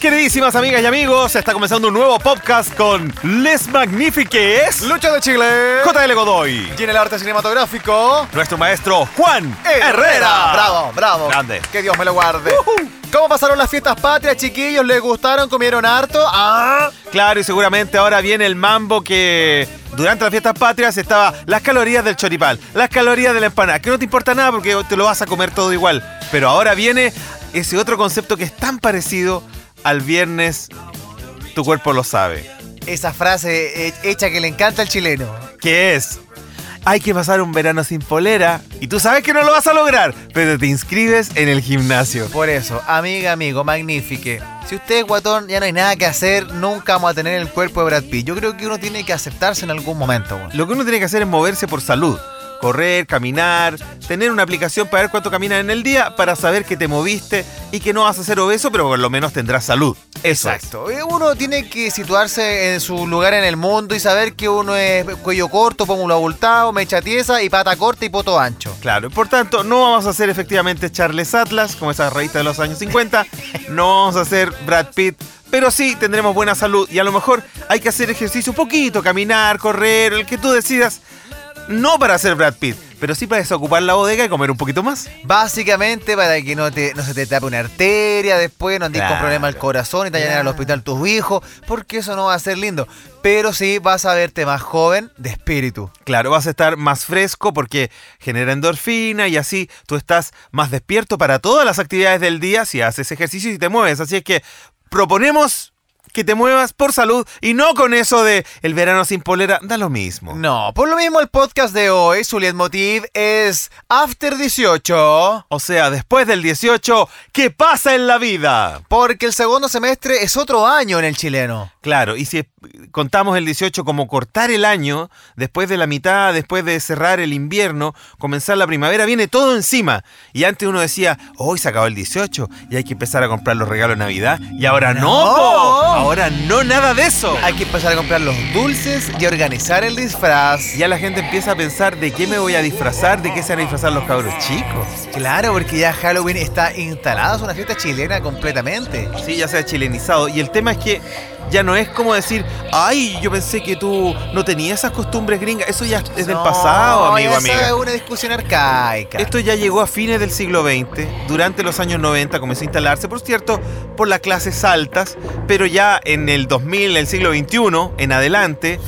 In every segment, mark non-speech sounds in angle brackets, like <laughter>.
Queridísimas amigas y amigos, está comenzando un nuevo podcast con Les Magnifiques, Lucha de Chile. JL Godoy, Y en el arte cinematográfico. nuestro maestro Juan Herrera. Oh, eh, Bravo, bravo. Grande. Que Dios me lo guarde. ¿Cómo pasaron las fiestas patrias, chiquillos? ¿Les gustaron? ¿Comieron harto? Ah. Claro, y seguramente ahora viene el mambo que durante las fiestas patrias estaba las calorías del choripal, las calorías de la empanada, que no te importa nada porque te lo vas a comer todo igual. Pero ahora viene ese otro concepto que es tan parecido al viernes, tu cuerpo lo sabe, Esa frase he- hecha que le encanta al chileno. que es, hay que pasar un verano sin polera y tú sabes que no lo vas a lograr, pero te inscribes en el gimnasio. Por eso, amiga, amigo, magnifique. Si usted es guatón, ya no hay nada que hacer. Nunca vamos a tener el cuerpo de Brad Pitt. Yo creo que uno tiene que aceptarse en algún momento. weón. Lo que uno tiene que hacer es moverse por salud. Correr, caminar, tener una aplicación para ver cuánto caminas en el día, para saber que te moviste y que no vas a ser obeso, pero por lo menos tendrás salud. Eso es. Exacto. Eh, Uno tiene que situarse en su lugar en el mundo y saber que uno es cuello corto, pómulo abultado, mecha tiesa y pata corta y poto ancho. Claro, y por tanto, no vamos a ser efectivamente Charles Atlas, como esas revistas de los años 50, no vamos a ser Brad Pitt, pero sí tendremos buena salud y a lo mejor hay que hacer ejercicio un poquito, caminar, correr, el que tú decidas, no para ser Brad Pitt, pero sí para desocupar la bodega y comer un poquito más. Básicamente para que no, te, no se te tape una arteria después, no andes con Claro. problemas al corazón y te vayan al hospital tus hijos, porque eso no va a ser lindo. Pero sí vas a verte más joven de espíritu. Claro, vas a estar más fresco porque genera endorfina y así tú estás más despierto para todas las actividades del día si haces ejercicio y te mueves. Así es que proponemos que te muevas por salud y no con eso de el verano sin polera, da lo mismo. No, por lo mismo el podcast de hoy, su leitmotiv es After 18. O sea, después del 18, ¿qué pasa en la vida? Porque el segundo semestre es otro año en el chileno. Claro, y si contamos el 18 como cortar el año, después de la mitad, después de cerrar el invierno, comenzar la primavera, viene todo encima. Y antes uno decía, hoy se acabó el 18 y hay que empezar a comprar los regalos de Navidad. Y ahora no, No. po. ahora no nada de eso. Hay que empezar a comprar los dulces y organizar el disfraz. Ya la gente empieza a pensar de qué me voy a disfrazar, de qué se van a disfrazar los cabros chicos. Claro, porque ya Halloween está instalada, es una fiesta chilena completamente. Sí, ya se ha chilenizado. Y el tema es que ya no es como decir, ay, yo pensé que tú no tenías esas costumbres gringas. Eso ya es del No, pasado, amigo, esa amiga. es una discusión arcaica. Esto ya llegó a fines del siglo XX, durante los años 90 comenzó a instalarse, por cierto, por las clases altas, pero ya en el 2000, el siglo XXI, en adelante,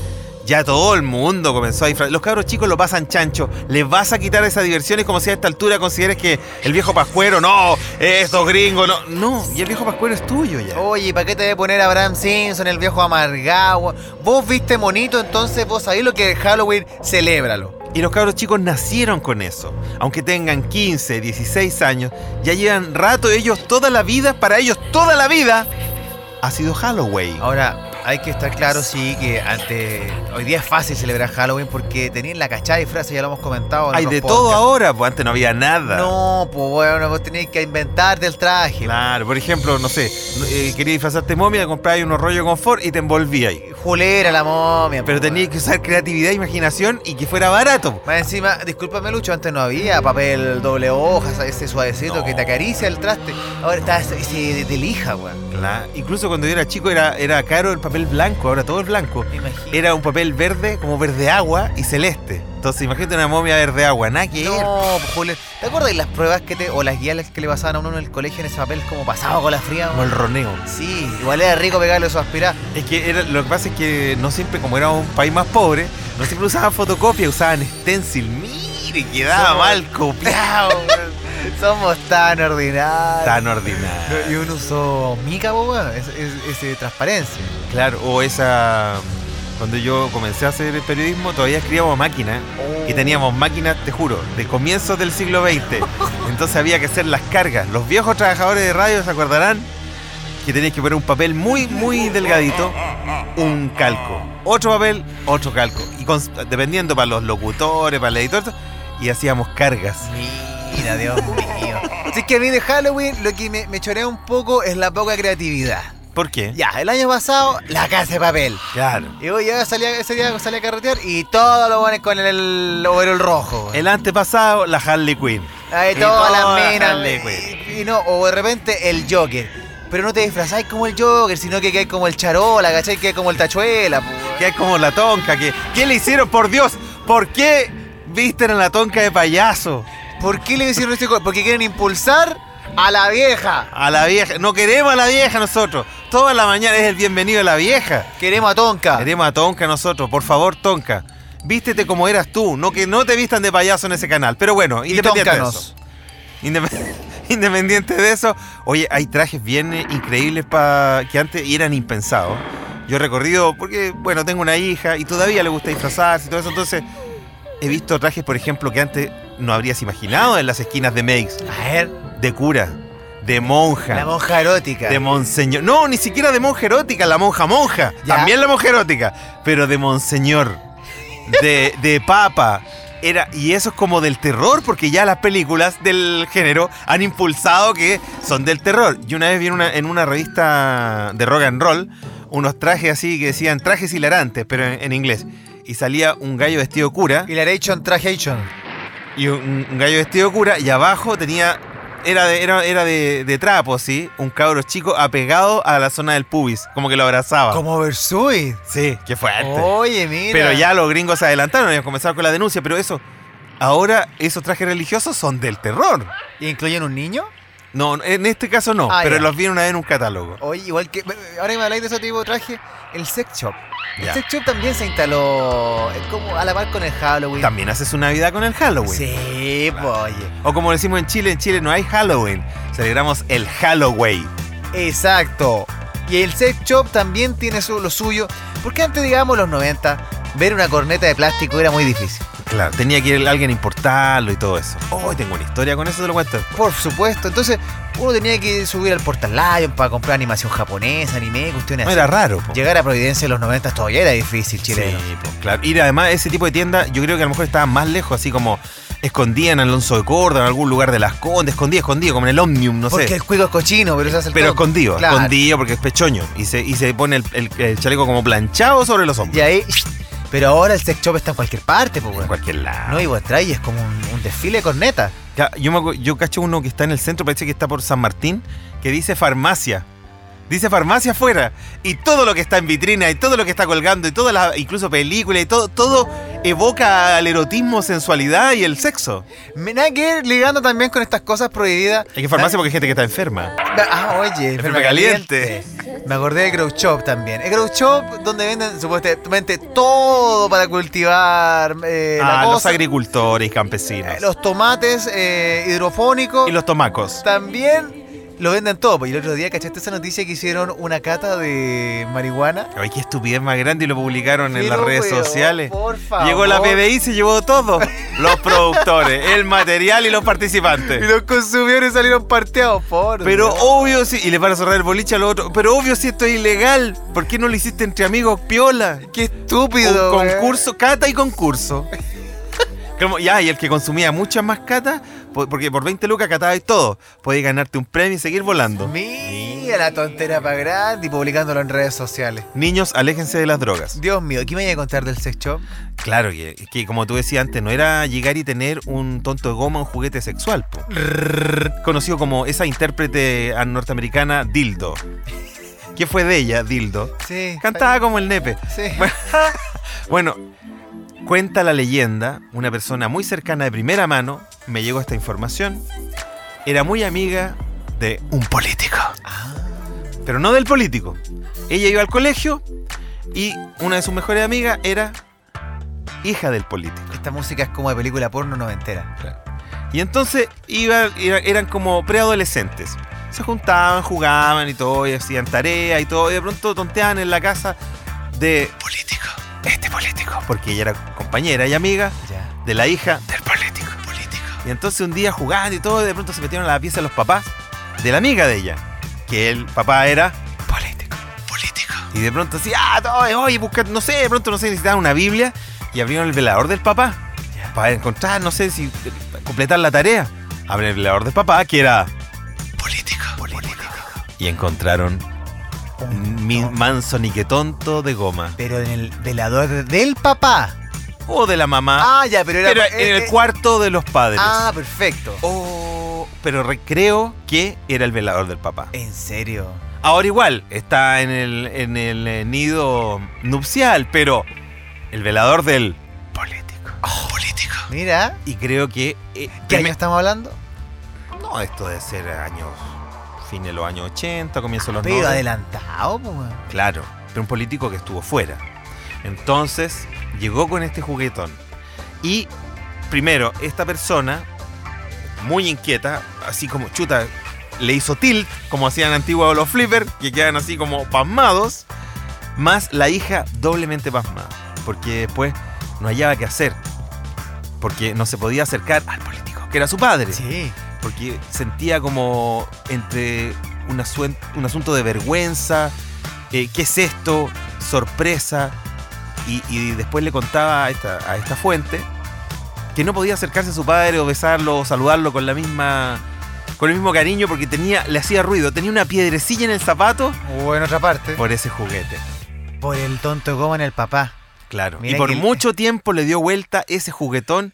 ya todo el mundo comenzó a disfrazar. Los cabros chicos lo pasan chancho, les vas a quitar esas diversiones como si a esta altura consideres que el viejo pascuero, no, estos gringos, no, no, y el viejo pascuero es tuyo ya. Oye, ¿para qué te voy a poner a Bram Simpson, el viejo amargado? Vos viste monito, entonces vos sabés lo que es Halloween, celébralo. Y los cabros chicos nacieron con eso. Aunque tengan 15, 16 años, ya llevan rato ellos toda la vida, para ellos toda la vida ha sido Halloween. Ahora, hay que estar claro, sí, que antes, hoy día es fácil celebrar Halloween porque tenían la cachada de disfraces, ya lo hemos comentado. en Hay otros de todo podcasts. ahora, pues antes no había nada. No, pues bueno, vos tenés que inventarte el traje. Claro, por ejemplo, no sé, eh, quería disfrazarte momia, comprabas unos rollos con confort y te envolvías ahí. Julera la momia. Pero po, tenías que usar creatividad, imaginación y que fuera barato. Más encima, discúlpame Lucho, antes no había papel doble hoja, ¿sabes? ese suavecito No. que te acaricia el traste. Ahora está ese ese de, de lija, weón. Claro. Incluso cuando yo era chico era, era caro el papel blanco, ahora todo es blanco. Me imagino. Era un papel verde, como verde agua y celeste. Entonces imagínate una momia verde agua, nada que ver. No, pues, Julio, ¿te acuerdas de las pruebas que te, o las guías que le pasaban a uno en el colegio en ese papel como pasado con la fría? Como el roneo. Sí, igual era rico pegarle eso aspirado. <laughs> Es que era- lo que pasa es que no siempre, como era un país más pobre, no siempre usaban fotocopia, usaban stencil. Mire, quedaba Somos- mal copiado. Somos tan ordinarios. Tan ordinario. Y uno usó mica, po, weón, ese, ese- ese transparencia. Claro, o esa. Cuando yo comencé a hacer el periodismo, todavía escribíamos a máquina. Y teníamos máquinas, te juro, de comienzos del siglo XX. Entonces había que hacer las cargas. Los viejos trabajadores de radio se acordarán que tenías que poner un papel muy, muy delgadito, un calco. Otro papel, otro calco. Y con- dependiendo para los locutores, para el editor, y hacíamos cargas. Mira, Dios mío. Así que a mí de Halloween lo que me, me chorea un poco es la poca creatividad. ¿Por qué? Ya, el año pasado, la casa de papel. Claro. Y hoy ya salía, ese día salí a carretear y todos los buenos con el, el overol rojo. El antepasado, la Harley Quinn. Ahí y todas todas las las minas. Harley Y, y no, o de repente el Joker. Pero no te disfrazáis como el Joker, sino que quedáis como el Charola, ¿cachai? Que como el Tachuela, po. Que es como la tonca. Que, ¿Qué le hicieron? Por Dios, ¿por qué visten a la tonca de payaso? ¿Por qué le hicieron este co- Porque quieren impulsar a la vieja. A la vieja. No queremos a la vieja nosotros. Toda la mañana es el bienvenido a la vieja. Queremos a Tonka. Queremos a Tonka nosotros, por favor, Tonka. Vístete como eras tú, no que no te vistan de payaso en ese canal. Pero bueno, Y independiente de toncanos. eso. Indep- <laughs> Independiente de eso, oye, hay trajes bien eh, increíbles pa- que antes eran impensados. Yo he recorrido, porque, bueno, tengo una hija y todavía le gusta disfrazarse y todo eso, entonces he visto trajes, por ejemplo, que antes no habrías imaginado en las esquinas de Makes, A ver, de cura, de monja. la monja erótica. De monseñor. No, ni siquiera de monja erótica, la monja monja. Ya. También la monja erótica. Pero de monseñor. De, de papa. Era, y eso es como del terror, porque ya las películas del género han impulsado que son del terror. Y una vez vi en una, en una revista de rock and roll unos trajes así que decían trajes hilarantes, pero en, en inglés. Y salía un gallo vestido de cura Hilaration Trajation. y un, un gallo vestido de cura y abajo tenía era de era, era de, de trapo sí un cabro chico apegado a la zona del pubis como que lo abrazaba Como Versuit. sí qué fuerte Oye, mira. Ah. pero ya los gringos se adelantaron ellos comenzaron con la denuncia pero eso ahora esos trajes religiosos son del terror ¿Incluyen un niño? no en este caso no Ah, pero ya. los vi una vez en un catálogo Oye, igual que. Ahora que me habláis de ese tipo de traje, el sex shop. Ya. El sex shop también se instaló eh, como a la par con el Halloween. también hace su navidad con el Halloween Sí, po, oye. o como decimos en Chile en Chile no hay Halloween celebramos el Halloween Exacto. Y el sex shop también tiene su- lo suyo. Porque antes, digamos, los 90, ver una corneta de plástico era muy difícil. claro tenía que ir alguien a importarlo y todo eso hoy tengo una historia con eso te lo cuento después. Por supuesto. Entonces, uno tenía que subir al Portal Lion para comprar animación japonesa, anime, <laughs> cuestiones No así. era raro. po. Llegar a Providencia en los 90 todavía era difícil, chileno. Sí, po, claro. Y además ese tipo de tienda, yo creo que a lo mejor estaba más lejos, así como escondían en Alonso de Córdoba, en algún lugar de las Condes, escondido, escondido, como en el Omnium, no Porque sé. el cuico es cochino, pero se hace el Pero tonto. escondido, Claro. escondido porque es pechoño. Y se, y se pone el, el- el chaleco como planchado sobre los Y hombros. ahí. Pero ahora el sex shop está en cualquier parte, pues, En weón. cualquier lado. No, y vos traes, es como un, un desfile de corneta. Ya, Yo, me acu- yo cacho uno que está en el centro, parece que está por San Martín, que dice farmacia. Dice farmacia afuera. Y todo lo que está en vitrina, y todo lo que está colgando, y todas las, incluso películas, y todo, todo evoca al erotismo, sensualidad y el sexo. Me- Nada que ver, ligando también con estas cosas prohibidas. Hay que farmacia porque hay gente que está enferma. Ah, oye, Enferma caliente. Me acordé de Grow Shop también. El Grow Shop donde venden supuestamente todo para cultivar eh, la Ah, los cosa. agricultores y campesinos. Eh, los tomates eh, hidrofónicos. Y los tomacos. También lo venden todo. pues, Y el otro día, ¿cachaste esa noticia que hicieron una cata de marihuana? Ay, qué estupidez más grande y lo publicaron en Pero, las redes weón, sociales. por favor. Llegó la PBI y se <laughs> llevó todo. Los productores, el material y los Y participantes. los consumidores salieron parteados, por Pero Dios. obvio si... Y le van a cerrar el boliche a los otros. Pero obvio si esto es ilegal. ¿Por qué no lo hiciste entre amigos, piola? ¡Qué estúpido! oh, Un weón. concurso, cata y concurso. Como, ya, y el que consumía muchas más catas, po- porque por 20 lucas catabas todo. Podías ganarte un premio y seguir volando. Mira la tontera para grande y publicándolo en redes sociales. Niños, aléjense de las drogas. Dios mío, ¿qué me voy a contar del sex shop? Claro que, que como tú decías antes, no era llegar y tener un tonto de goma, un juguete sexual, po. conocido como esa intérprete a- norteamericana Dildo. ¿Qué fue de ella, Dildo? Sí. Cantaba como el nepe. <laughs> Sí. Bueno, cuenta la leyenda, una persona muy cercana de primera mano me llegó esta información. Era muy amiga de un político. Pero no del político. Ella iba al colegio y una de sus mejores amigas era hija del político. Esta música es como de película porno noventera. Y entonces iba, era- eran como preadolescentes. Se juntaban, jugaban y todo, y hacían tareas y todo, y de pronto tonteaban en la casa de político, este político, porque ella era compañera y amiga Ya. de la hija del político. político. Y entonces un día jugando y todo, de pronto se metieron a la pieza los papás de la amiga de ella, que el papá era político. Político. Y de pronto así, ah, todo, oye, busca, no sé, de pronto no sé, necesitaban una Biblia y abrieron el velador del papá para encontrar, no sé si eh, completar la tarea. hablador de papá, que era político, político. Y encontraron un mi- manso niquetonto de goma. Pero en el velador de- del papá. O de la mamá. Ah, ya, pero era. pero eh, en el eh, cuarto de los padres. Ah, perfecto. Oh, pero re- creo que era el velador del papá. En <gasps> serio. Ahora igual, está en el, en el eh, nido nupcial, pero el velador del político. político. Mira, Y creo que... eh, ¿qué primer- año estamos hablando? No, esto debe ser años... Fin de los años 80, comienzo de los Pero 90. adelantado, pues. weón. Claro, pero un político que estuvo fuera. Entonces, llegó con este juguetón. Y, primero, esta persona, muy inquieta, así como chuta, le hizo tilt, como hacían antiguos los flippers, que quedan así como pasmados, más la hija doblemente pasmada, porque después no hallaba qué hacer, porque no se podía acercar al político, que era su padre Sí. porque sentía como entre un, asuen- un asunto de vergüenza, eh, ¿qué es esto? Sorpresa. Y, y después le contaba a esta, a esta fuente que no podía acercarse a su padre o besarlo o saludarlo con la misma con el mismo cariño porque tenía le hacía ruido, tenía una piedrecilla en el zapato O en otra parte. Por, por ese juguete. el tonto goma en el papá. Claro. Mira y por que- mucho tiempo le dio vuelta ese juguetón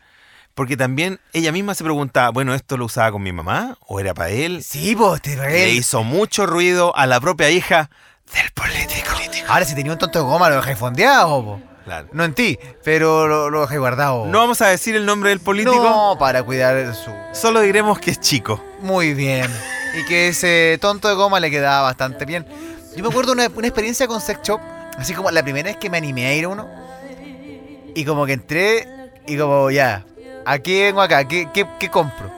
porque también ella misma se preguntaba, bueno, esto lo usaba con mi mamá o era para él Sí, vos, te le reí. hizo mucho ruido a la propia hija del político. Ahora si tenía un tonto goma lo dejáis fondeado, po. Claro. No en ti, pero lo, lo dejáis guardado. po. No vamos a decir el nombre del político, No, para cuidar su. solo diremos que es chico. Muy bien. Y que ese tonto de goma le quedaba bastante bien. Yo me acuerdo una, una experiencia con Sex Shop, así como la primera vez que me animé a ir a uno. Y como que entré y como ya, aquí vengo acá, ¿qué, qué, qué compro?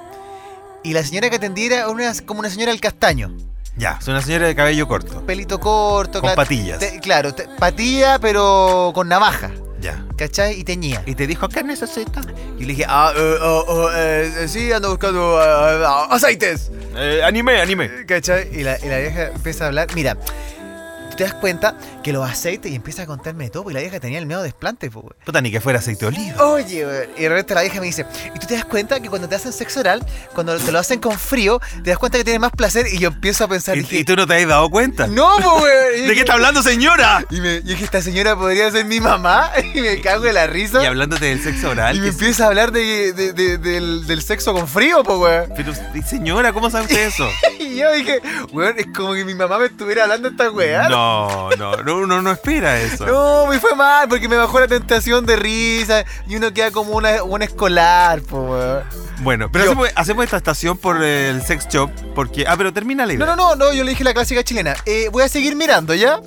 Y la señora que atendía era una, como una señora del castaño. Ya, es una señora de cabello corto. Pelito corto, Con cla- patillas. te- claro, te- patilla pero con navaja, Ya. ¿cachai? Y teñía. Y te dijo, ¿qué necesitas? Y le dije, ah, eh, oh, oh, eh, sí, ando buscando eh, ah, aceites. Eh, anime, <laughs> anime. ¿Cachai? Y la, y la vieja empieza a hablar. Mira, tú te das cuenta que los aceites y empieza a contarme de todo, porque la vieja tenía el miedo de desplante, po, weón. Puta, ni que fuera aceite de oliva. Oye, weón. y de repente la vieja me dice, y tú te das cuenta que cuando te hacen sexo oral, cuando te lo hacen con frío, te das cuenta que tienes más placer y yo empiezo a pensar, ¿Y, dije, y tú no te has dado cuenta? no, po, weón". Y <laughs> ¿De qué dije- está <laughs> hablando, señora? Y me y dije, esta señora podría ser mi mamá, <laughs> y me cago en la risa. Y Y, hablándote del sexo oral. me que- empieza a hablar de, de- de- del, del sexo con frío, po, weón. <laughs> Pero, señora, ¿cómo sabe usted eso? Y yo dije, weón, es como que mi mamá me estuviera hablando esta <laughs> weá. No, no, no, uno no espera eso. No, me fue mal porque me bajó la tentación de risa y uno queda como una, un escolar, po, weón. Bueno, pero Yo- hacemos, hacemos esta estación por el sex shop porque... Ah, pero termina la idea. No, no, no, no, yo le dije la clásica chilena. eh, voy a seguir mirando, ¿ya?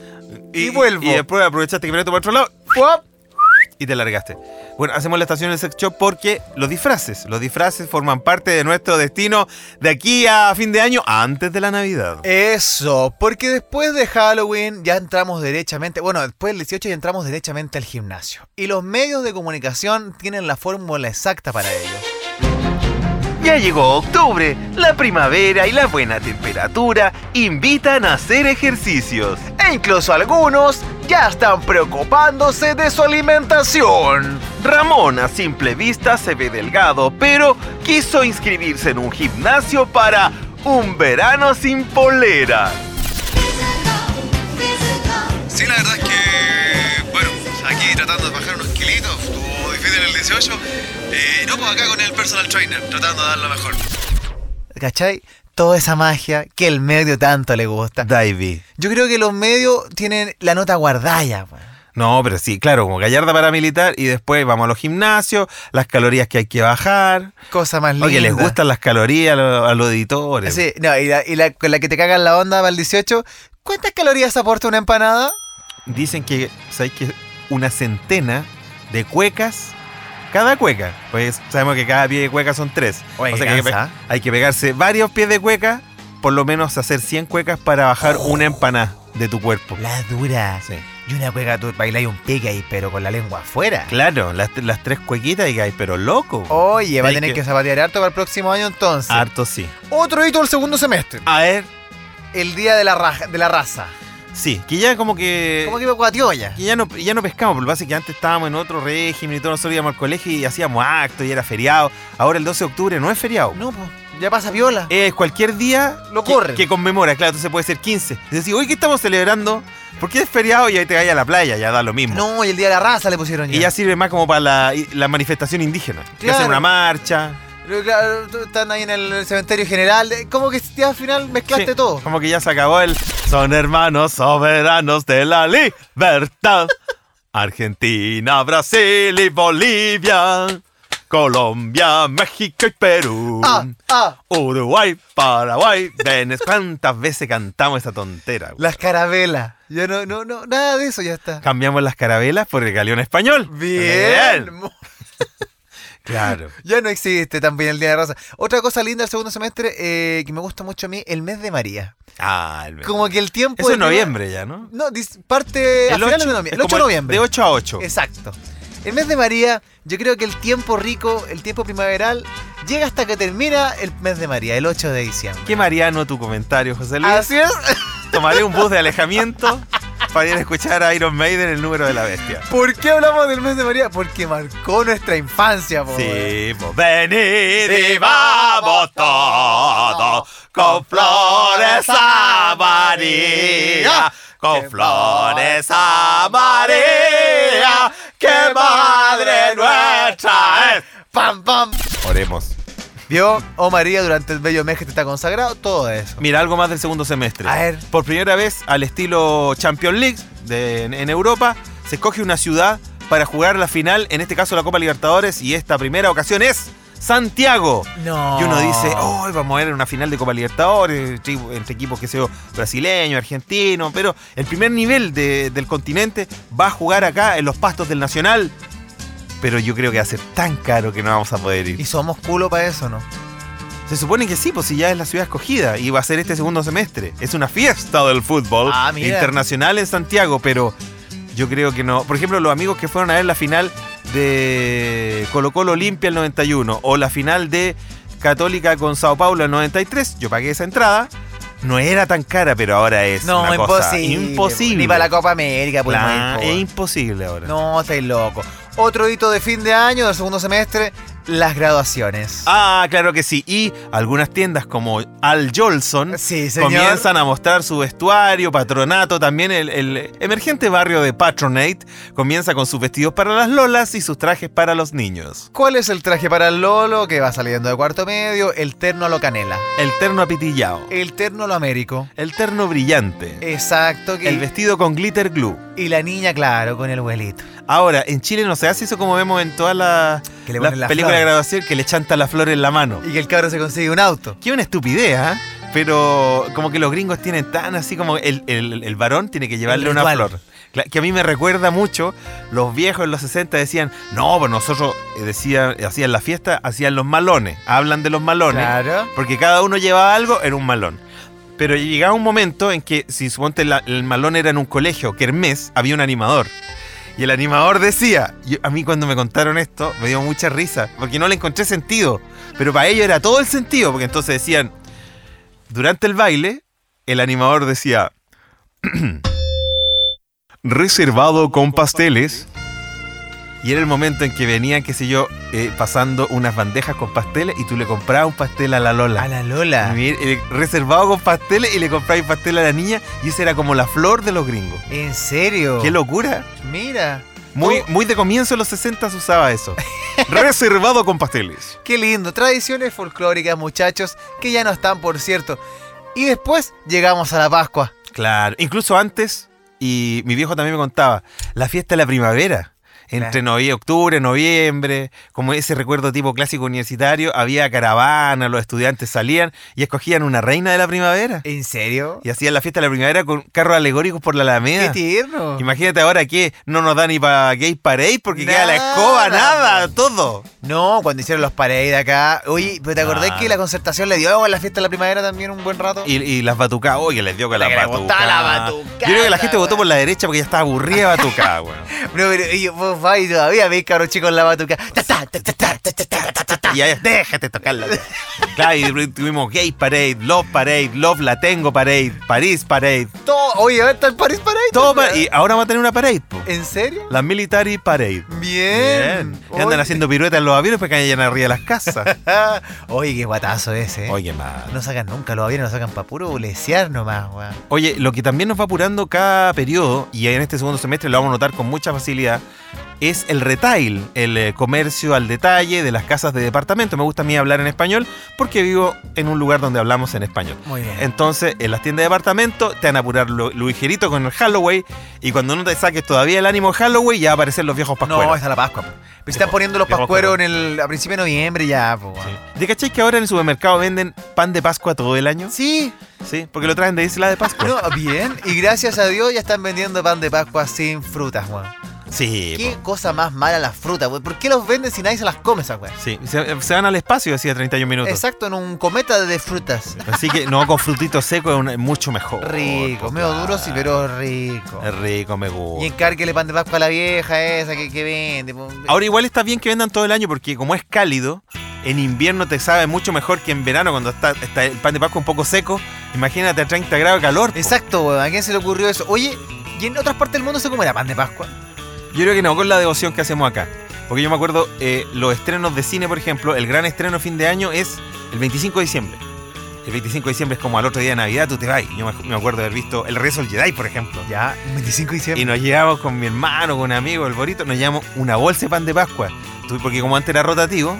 Y vuelvo. Y después aprovechaste que me por otro lado Guap. y te largaste. Bueno, hacemos la estación del sex shop porque los disfraces, los disfraces forman parte de nuestro destino de aquí a fin de año, antes de la Navidad. Eso, porque después de Halloween ya entramos derechamente, bueno, después del 18 ya entramos derechamente al gimnasio. Y los medios de comunicación tienen la fórmula exacta para ello. Ya llegó octubre, la primavera y la buena temperatura invitan a hacer ejercicios. E incluso algunos ya están preocupándose de su alimentación. Ramón a simple vista se ve delgado, pero quiso inscribirse en un gimnasio para un verano sin polera. Sí, la verdad es que, bueno, aquí tratando de bajar unos kilitos, estuvo difícil el 18. Eh, no, pues acá con el personal trainer, tratando de dar lo mejor. ¿Cachai? Toda esa magia que el medio tanto le gusta. Davey. Yo creo que los medios tienen la nota guardalla. po. No, pero sí, claro, como gallarda paramilitar y después vamos a los gimnasios, las calorías que hay que bajar. Cosa más linda. Oye, les gustan las calorías a los, a los editores. Sí, no, y, la, y la- con la que te cagan la onda para el 18. ¿Cuántas calorías aporta una empanada? Dicen que, ¿sabes que Una centena de cuecas, cada cueca. Pues sabemos que cada pie de cueca son tres. Oye, o que sea que hay que, cansa, pe- hay que pegarse varios pies de cueca, por lo menos hacer 100 cuecas para bajar Oh. una empanada de tu cuerpo. La dura. Sí. Y una cueca, tú bailáis un pique ahí, pero con la lengua afuera. Claro, las, las tres cuequitas y que hay, pero loco. Oh, Oye, va a Hay tener que... que zapatear harto para el próximo año entonces. Harto sí. Otro hito del segundo semestre. A ver, El día de la, raja- de la raza. sí, que ya como que... ¿Cómo que me cuateó ya? Que ya no, ya no pescamos, por lo que pasa es que antes estábamos en otro régimen y todos nosotros íbamos al colegio y hacíamos actos y era feriado. Ahora el 12 de octubre no es feriado. No, pues. Ya pasa viola. Es cualquier día Lo que- corre. Que, conmemora, claro, entonces puede ser 15. Es decir, hoy que estamos celebrando, porque es feriado y ahí te vayas a la playa, ya da lo mismo. No, y el día de la raza le pusieron ya. Y ya sirve más como para la, y- la manifestación indígena. Que Claro. hacen una marcha. Pero claro, tú- están ahí en el cementerio general. eh, Como que ya al final mezclaste Sí, todo. Como que ya se acabó el. Son hermanos soberanos de la libertad. Argentina, Brasil y Bolivia. Colombia, México y Perú. Ah, ah. Uruguay, Paraguay, Venezuela. ¿Cuántas veces cantamos esa tontera? güey? Las carabelas. Ya no, no, no, nada de eso ya está. Cambiamos las carabelas por el galeón español. Bien. mu- Claro. Ya no existe también el Día de la Raza. Otra cosa linda del segundo semestre eh, que me gusta mucho a mí, el mes de María. Ah, el- Como que el tiempo... Eso de es noviembre ya, ¿no? No, dis- parte a finales de noviembre. es El 8 de como noviembre. De 8 a 8. Exacto. El mes de María, yo creo que el tiempo rico, el tiempo primaveral, llega hasta que termina el mes de María, el 8 de diciembre. Qué mariano tu comentario, José Luis. Así es, Tomaré un bus de alejamiento para ir a escuchar a Iron Maiden el número de la bestia. ¿por qué hablamos del mes de María? Porque marcó nuestra infancia, po. Sí, pues venid y vamos vamos todos con flores amarillas, con flores amarillas, que madre nuestra es. ¡Pam, pam! Oremos. Vio, oh María, durante el bello mes que te está consagrado, todo eso. Mira, algo más del segundo semestre. A ver. Por primera vez, al estilo Champions League de- en, en Europa, se escoge una ciudad para jugar la final, en este caso la Copa Libertadores, y esta primera ocasión es Santiago. No. Y uno dice, Ah. "Oh, hoy vamos a ver una final de Copa Libertadores entre entre equipos que sea brasileño, argentino, pero el primer nivel de- del continente va a jugar acá en los pastos del Nacional. Pero yo creo que va a ser tan caro que no vamos a poder ir. Y somos culo para eso, ¿no? Se supone que sí, pues si ya es la ciudad escogida y va a ser este segundo semestre. Es una fiesta del fútbol Ah, mira. internacional en Santiago, pero yo creo que no. Por ejemplo, los amigos que fueron a ver la final de Colo Colo Olimpia el 91 o la final de Católica con Sao Paulo el 93, yo pagué esa entrada. No era tan cara, pero ahora es una cosa imposible. Ni para la Copa América, pues. Claro, no hay, po. es imposible ahora. No, estáis loco. Otro hito de fin de año, del segundo semestre, las graduaciones. Ah, claro que sí. Y algunas tiendas como Al Jolson sí, señor. Comienzan a mostrar su vestuario, patronato, también el, el emergente barrio de Patronate comienza con sus vestidos para las lolas y sus trajes para los niños. ¿Cuál es el traje para el Lolo que va saliendo de cuarto medio? El terno a lo canela. El terno apitillado, El terno a lo américo. el terno Eh, brillante, Exacto. Que, el vestido con glitter glue. y la niña, claro, con el abuelito. Ahora, en Chile no se hace eso como vemos en todas las Que le las ponen la películas de flor. graduación que le chanta la flor en la mano. Y que el cabro se consigue un auto. Qué una estupidez, ¿ah? Pero como que los gringos tienen tan así como el, el- el varón tiene que llevarle El una ritual. flor. Cla- Que a mí me recuerda mucho, los viejos en los 60 decían, no, pues nosotros eh, decían, hacían la fiesta, hacían los malones, hablan de los malones, Claro. porque cada uno llevaba algo en un malón. Pero llegaba un momento en que, si suponte la- el malón era en un colegio, Kermés, había un animador. Y el animador decía, yo- a mí cuando me contaron esto me dio mucha risa, porque no le encontré sentido, pero para ellos era todo el sentido, porque entonces decían, durante el baile, el animador decía, <clears throat> reservado con pasteles. Y era el momento en que venían, qué sé yo, eh, pasando unas bandejas con pasteles y tú le comprabas un pastel a la Lola. A la Lola. Y le- reservado con pasteles y le comprabas pastel a la niña y esa era como la flor de los gringos. ¿En serio? ¡Qué locura! Mira. Muy, Oh. muy de comienzo de los 60 se <laughs> usaba eso. Reservado con pasteles. Qué lindo, tradiciones folclóricas, muchachos, que ya no están, por cierto. Y después llegamos a la Pascua. Claro, incluso antes, y mi viejo también me contaba, la fiesta de la primavera. Entre novie- octubre, noviembre, como ese recuerdo tipo clásico universitario, había caravana, los estudiantes salían y escogían una reina de la primavera. ¿En serio? Y hacían la fiesta de la primavera con carros alegóricos por la Eh. ¡Qué Alameda. tierno! Imagínate ahora que no nos da ni para Gay Parade porque queda la Nada, escoba, nada, pues. todo. No, cuando hicieron los parades acá. Oye, pero ¿te acordás Ah. que la concertación le dio a la fiesta de la primavera también un buen rato? Y, y las batucadas, oye, les dio que La las pues. que le gustaba batucadas. la batucada, Yo creo que la gente votó weón. por la derecha porque ya estaba aburrida de batucada, weón. No, pero y vos vas y todavía veis cabros chicos en la batuca. Ta, ta, ta, ta, ta, ta, ta, ta, ta, ta. Y ahí, déjate tocarla. claro, y tuvimos Gay Parade, Love Parade, Love Latengo Parade, París Parade. Todo, oye, a ver, está el París Parade. Todo pa- ¿no? y ahora va a tener una parade. po. po. ¿En serio? La Military Parade. Bien. Y andan Oye. haciendo piruetas en los aviones para que hayan arriba de las casas. <laughs> Oye, qué guatazo ese, ¿eh? Oye, mal. No sacan nunca los aviones, no sacan para puro lesear nomás, weón. Oye, lo que también nos va apurando cada periodo, y en este segundo semestre lo vamos a notar con mucha facilidad, es el retail, el eh, comercio al detalle de las casas de departamento. Me gusta a mí hablar en español porque vivo en un lugar donde hablamos en español. Muy bien. Entonces, en las tiendas de departamento te van a apurar lo, lo ligerito con el Halloween y cuando no te saques todavía el ánimo Halloween ya van a aparecer los viejos pascueros. No, está la Pascua. po. Pero están poniendo los Viejos pascueros en el, a principios de noviembre ya, po, weón. ¿De cachai que ahora en el supermercado venden pan de Pascua todo el año? Sí, Sí, porque lo traen de Isla de Pascua. no, bien. Y gracias a Dios ya están vendiendo pan de Pascua sin frutas, weón. Sí, Ah, Qué cosa más mala las frutas, weón. ¿Por qué los venden si nadie se las come esas weón? po. sí. Se, se van al espacio, decía 31 minutos. Exacto, en un cometa de frutas. Así que no, con frutito seco es una- mucho mejor. Rico, pues, medio claro. duro sí, pero rico. Es rico, me Y gusta. encárguele pan de Pascua a la vieja esa que, que vende. po. Ahora igual está bien que vendan todo el año porque como es cálido, en invierno te sabe mucho mejor que en verano cuando está, está el pan de Pascua un poco seco. Imagínate a 30 grados de calor. po. Exacto, weón. ¿A quién se le ocurrió eso? Oye, ¿y en otras partes del mundo se comerá pan de Pascua? Yo creo que no, con la devoción que hacemos acá. Porque yo me acuerdo, eh, los estrenos de cine, por ejemplo, el gran estreno fin de año es el 25 de diciembre. El 25 de diciembre es como al otro día de Navidad, tú te vas. Yo me, me acuerdo de haber visto El Rezo del Jedi, por ejemplo. Ya, 25 de diciembre. Y nos llevamos con mi hermano, con un amigo, el Borito, nos llevamos una bolsa de pan de Pascua. Tu- Porque como antes era rotativo,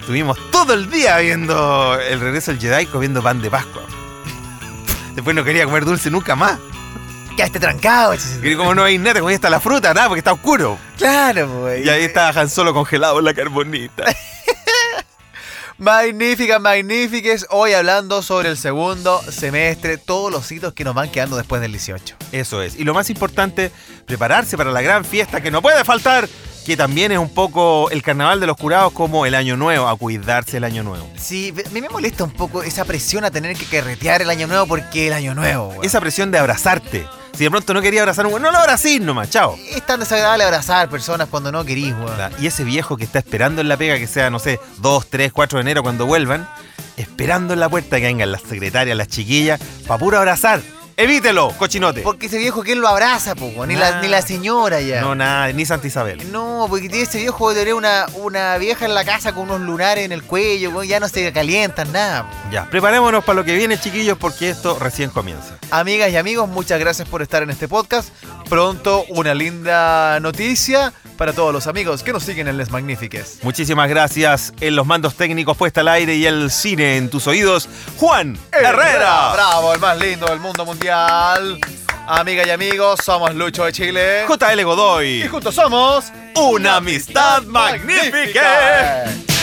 estuvimos todo el día viendo El Regreso del Jedi comiendo pan de Pascua. Después no quería comer dulce nunca más. Ya esté trancado. Y como no hay nada, como ya está la fruta, nada, porque está oscuro. Claro, güey. Y ahí estaba Han Solo congelado en la carbonita. Magníficas, magníficas. Hoy hablando sobre el segundo semestre, todos los hitos que nos van quedando después del 18. Eso es. Y lo más importante, prepararse para la gran fiesta que no puede faltar, que también es un poco el carnaval de los curados como el año nuevo, a cuidarse el año nuevo. Sí, ve- me me molesta un poco esa presión a tener que carretear el año nuevo porque el año nuevo, güey. Esa presión de abrazarte. Si de pronto no quería abrazar a un güey, no lo abracís nomás, chao. Es tan desagradable abrazar personas cuando no querís, güey. Y ese viejo que está esperando en la pega, que sea, no sé, 2, 3, 4 de enero cuando vuelvan, esperando en la puerta que vengan las secretarias, las chiquillas, para puro abrazar. Evítelo, cochinote. Porque ese viejo, ¿quién lo abraza, po, güey? Ni, la, Nah. ni la señora ya. No, nada, ni Santa Isabel. No, porque tiene ese viejo de tener una, una vieja en la casa con unos lunares en el cuello, güey, ya no se calientan nada. po. Ya, preparémonos para lo que viene, chiquillos, porque esto recién comienza. Amigas y amigos, muchas gracias por estar en este podcast. Pronto una linda noticia para todos los amigos que nos siguen en Les Magnifiques. Muchísimas gracias en los mandos técnicos puesta al aire y el cine en tus oídos, Juan Herrera, ¡Bravo! El más lindo del mundo mundial. Amigas y amigos, somos Lucho de Chile. JL Y Godoy, juntos somos una amistad magnífica. Magnifiques.